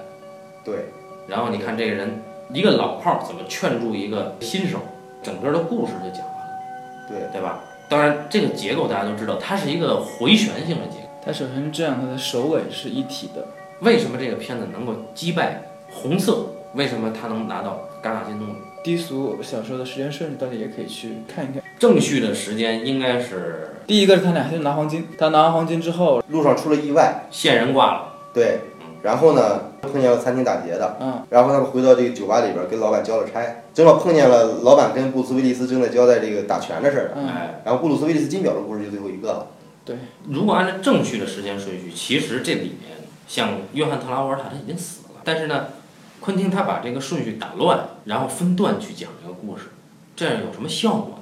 S3: 对，
S1: 然后你看这个人，一个老炮儿怎么劝住一个新手，整个的故事就讲完了，
S3: 对，
S1: 对吧？当然，这个结构大家都知道，它是一个回旋性的结构。
S2: 它首先这样，它的首尾是一体的。
S1: 为什么这个片子能够击败红色？为什么它能拿到戛纳金棕榈？
S2: 低俗小说的时间顺序，大家也可以去看一看。
S1: 正序的时间应该是
S2: 第一个是他俩先拿黄金，他拿完黄金之后，
S3: 路上出了意外，
S1: 线人挂了，
S3: 对，然后呢，碰见了餐厅打劫的，
S2: 嗯，
S3: 然后他们回到这个酒吧里边儿跟老板交了差，正好碰见了老板跟布鲁斯威利斯正在交代这个打拳的事儿呢，
S2: 嗯，
S1: 哎，
S3: 然后布鲁斯威利斯金表的故事就最后一个了，
S2: 对，
S1: 如果按照正序的时间顺序，其实这里面像约翰·特拉沃尔塔他已经死了，但是呢，昆汀他把这个顺序打乱，然后分段去讲这个故事，这样有什么效果呢？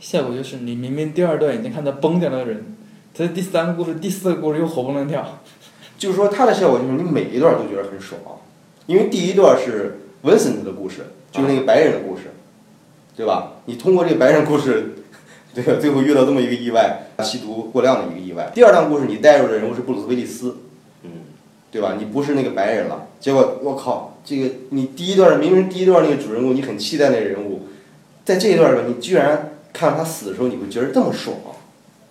S2: 效果就是你明明第二段已经看到崩掉的人，他第三个故事、第四个故事又活蹦乱跳。
S3: 就是说它的效果就是你每一段都觉得很爽，因为第一段是文森特的故事，就是那个白人的故事，对吧？你通过这个白人故事， *laughs* 对吧，最后遇到这么一个意外，吸毒过量的一个意外。第二段故事你带入的人物是布鲁斯威利斯，
S1: 嗯，
S3: 对吧？你不是那个白人了，结果我靠，这个你第一段明明第一段那个主人公你很期待那个人物，在这一段里边你居然看到他死的时候，你会觉得这么爽，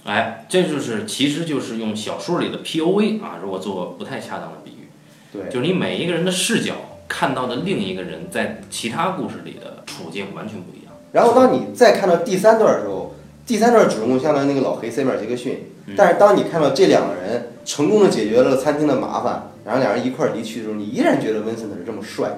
S1: 哎，这就是其实就是用小说里的 POV 啊，如果做不太恰当的比喻。
S3: 对，
S1: 就是你每一个人的视角看到的另一个人在其他故事里的处境完全不一样。
S3: 然后当你再看到第三段的时候，第三段主人公相当于那个老黑塞米尔杰克逊，但是当你看到这两个人成功的解决了餐厅的麻烦，然后两人一块儿离去的时候，你依然觉得温森特是这么帅，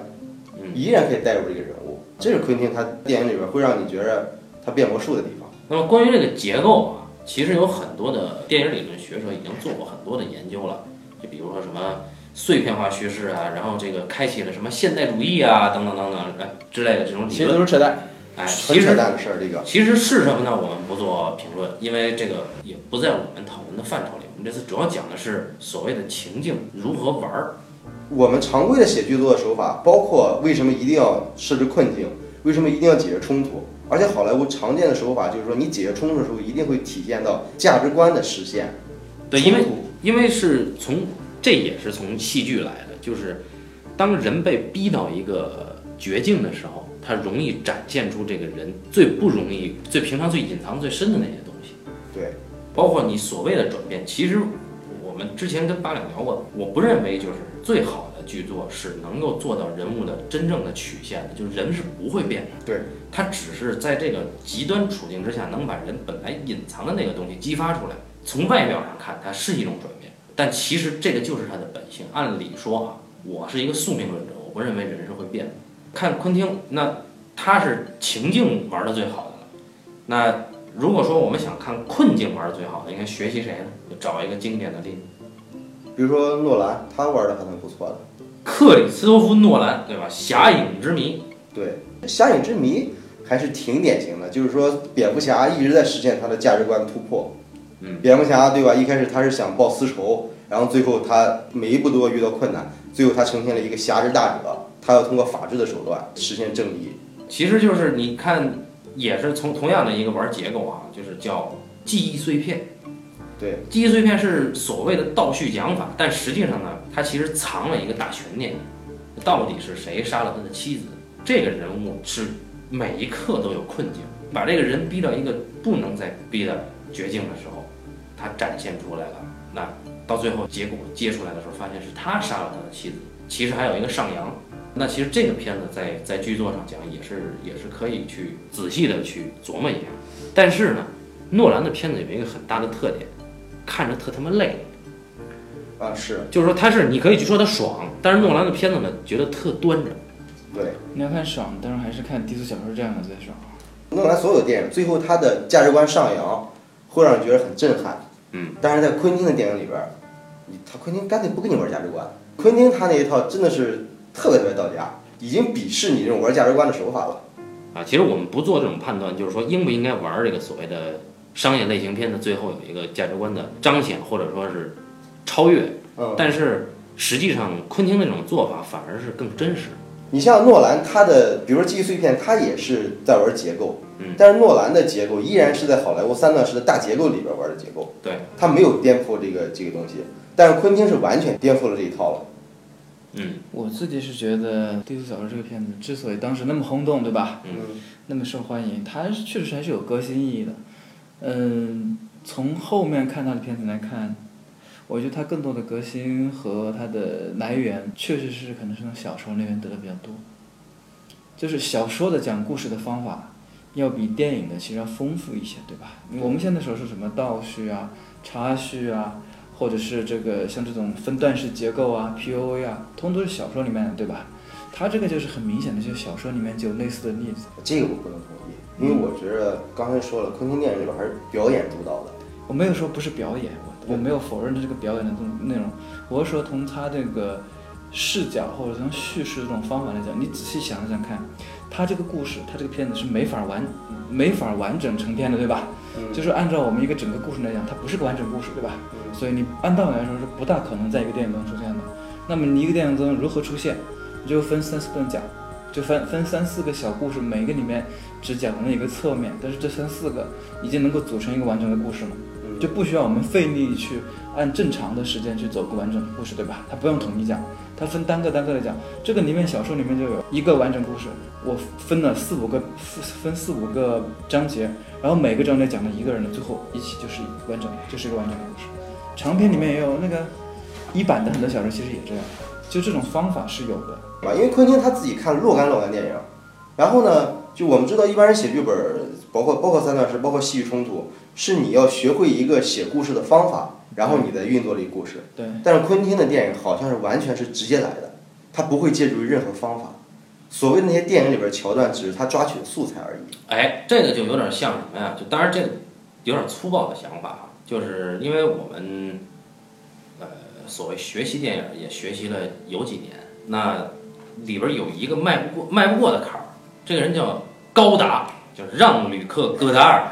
S3: 依然可以带入这个人物，这是昆汀他电影里边会让你觉着他变魔术的地方。
S1: 那么关于这个结构啊，其实有很多的电影理论学者已经做过很多的研究了，就比如说什么碎片化叙事啊，然后这个开启了什么现代主义啊，等等等等，哎之类的这种理
S2: 其实都
S1: 论。
S2: 是扯淡。
S1: 哎，
S3: 很
S1: 其
S3: 扯
S1: 实
S3: 淡的事儿，这个
S1: 其实是什么呢？我们不做评论，因为这个也不在我们讨论的范畴里。我们这次主要讲的是所谓的情境如何玩儿。
S3: 我们常规的写剧作的手法，包括为什么一定要设置困境，为什么一定要解决冲突，而且好莱坞常见的手法就是说，你解决冲突的时候一定会体现到价值观的实现。
S1: 对，因为
S3: 冲突
S1: 因为是从这也是从戏剧来的，就是当人被逼到一个绝境的时候，他容易展现出这个人最不容易、最平常、最隐藏、最深的那些东西。
S3: 对，
S1: 包括你所谓的转变，其实我们之前跟八两聊过，我不认为就是最好的剧作是能够做到人物的真正的曲线的，就是人是不会变的。
S3: 对，
S1: 他只是在这个极端处境之下，能把人本来隐藏的那个东西激发出来。从外表上看，它是一种转变，但其实这个就是它的本性。按理说啊，我是一个宿命论者，我不认为人是会变的。看昆汀，那他是情境玩的最好的了。那如果说我们想看困境玩的最好的，应该学习谁呢？就找一个经典的例子，
S3: 比如说诺兰，他玩的还算不错的。
S1: 克里斯托夫·诺兰，对吧？《侠影之谜》
S3: 对，《侠影之谜》还是挺典型的，就是说蝙蝠侠一直在实现他的价值观突破。
S1: 嗯，
S3: 蝙蝠侠对吧？一开始他是想报私仇，然后最后他每一步都要遇到困难，最后他呈现了一个侠之大者，他要通过法治的手段实现正义。
S1: 其实就是你看，也是从同样的一个玩结构啊，就是叫记忆碎片。
S3: 对，
S1: 记忆碎片是所谓的倒叙讲法，但实际上呢，它其实藏了一个大悬念，到底是谁杀了他的妻子？这个人物是每一刻都有困境，把这个人逼到一个不能再逼的绝境的时候，他展现出来了。那到最后结果揭出来的时候，发现是他杀了他的妻子，其实还有一个上扬。那其实这个片子在在剧作上讲也是也是可以去仔细的去琢磨一下，但是呢，诺兰的片子有一个很大的特点，看着特他妈累，
S3: 啊，是
S1: 就是说他是你可以去说他爽，但是诺兰的片子呢觉得特端着，
S3: 对。
S2: 你要看爽，当然还是看低俗小说这样的最爽。
S3: 诺兰所有电影最后他的价值观上扬，会让你觉得很震撼。
S1: 嗯，
S3: 但是在昆汀的电影里边儿，你他昆汀干脆不跟你玩价值观，昆汀他那一套真的是特别特别到家，已经鄙视你这种玩价值观的手法了。
S1: 啊，其实我们不做这种判断，就是说应不应该玩这个所谓的商业类型片的最后有一个价值观的彰显，或者说是超越。
S3: 嗯，
S1: 但是实际上，昆汀那种做法反而是更真实。
S3: 你像诺兰，他的比如说《记忆碎片》，他也是在玩结构，
S1: 嗯
S3: 但是诺兰的结构依然是在好莱坞三段式的大结构里边玩的结构，
S1: 对，
S3: 他没有颠覆这个这个东西，但是昆汀是完全颠覆了这一套了。
S1: 嗯，
S2: 我自己是觉得《低俗小说》这个片子之所以当时那么轰动，对吧？
S1: 嗯
S2: 那么受欢迎，它是确实还是有革新意义的。嗯，从后面看它的片子来看，我觉得它更多的革新和它的来源，确实是可能是从小说那边得的比较多。就是小说的讲故事的方法，要比电影的其实要丰富一些，对吧？我们现在所说什么倒叙啊、插叙啊，或者是这个像这种分段式结构啊、POA 啊，通通都是小说里面的，对吧？它这个就是很明显的，就是小说里面就有类似的例子。
S3: 这个我不能同意，因为我觉得刚才说了，昆汀电影里边还是表演主导的。
S2: 我没有说不是表演，我我没有否认这个表演的这种内容，我是说从他这个视角或者从叙事这种方法来讲，你仔细想想看，他这个故事，他这个片子是没法完没法完整成片的，对吧？
S3: 嗯
S2: 就是按照我们一个整个故事来讲，它不是个完整故事，对吧？所以你按道理来说是不大可能在一个电影中出现的。那么你一个电影中如何出现，你就分三四段讲，就分分三四个小故事，每个里面只讲了那一个侧面，但是这三四个已经能够组成一个完整的故事了。
S3: 嗯
S2: 就不需要我们费力去按正常的时间去走个完整的故事，对吧？它不用统一讲，它分单个单个的讲。这个里面小说里面就有一个完整故事，我分了四五个分四五个章节，然后每个章节讲了一个人的，最后一起就是完整的，就是一个完整的故事。长篇里面也有那个一版的很多小说其实也这样，就这种方法是有的。
S3: 啊，因为昆汀他自己看若干若干电影，然后呢，就我们知道一般人写剧本，包括包括三段式，包括戏剧冲突，是你要学会一个写故事的方法，然后你再运作这个故事。
S2: 对，
S3: 但是昆汀的电影好像是完全是直接来的，他不会借助于任何方法。所谓的那些电影里边桥段，只是他抓取的素材而已。
S1: 哎，这个就有点像什么呀？就当然这个有点粗暴的想法啊，就是因为我们呃所谓学习电影也学习了有几年，那里边有一个迈不过迈不过的坎儿，这个人叫高达，叫让吕克·戈达尔。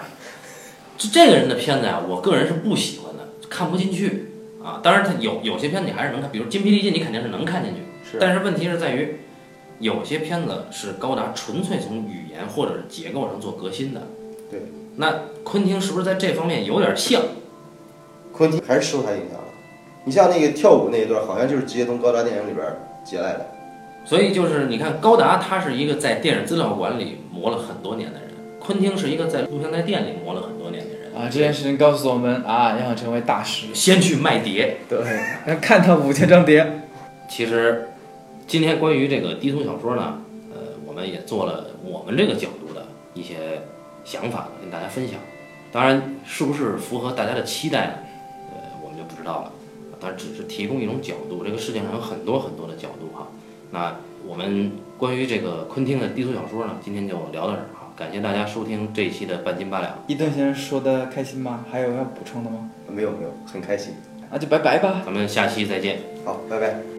S1: 这这个人的片子啊，我个人是不喜欢的，看不进去啊。当然，他有有些片子你还是能看，比如《筋疲力尽》，你肯定是能看进去。但是问题是在于，有些片子是高达纯粹从语言或者是结构上做革新的。
S3: 对。
S1: 那昆汀是不是在这方面有点像？
S3: 昆汀还是受他影响了。你像那个跳舞那一段，好像就是直接从高达电影里边截来的。
S1: 所以就是你看，高达他是一个在电影资料馆里磨了很多年的人，昆汀是一个在录像带店里磨了很多年的人
S2: 啊，这件事情告诉我们啊，要想成为大师，
S1: 先去卖碟，
S2: 对，要看他五千 *laughs* 张碟，
S1: 其实，今天关于这个低俗小说呢，呃，我们也做了我们这个角度的一些想法跟大家分享。当然，是不是符合大家的期待呢？呃，我们就不知道了。当然，只是提供一种角度。这个世界上有很多很多的角度哈。那我们关于这个昆汀的低俗小说呢，今天就聊到这儿哈。感谢大家收听这一期的半斤八两，
S2: 伊顿先生说的开心吗？还有要补充的吗？
S3: 没有没有，很开心。
S2: 啊那就拜拜吧。
S1: 咱们下期再见。
S3: 好，拜拜。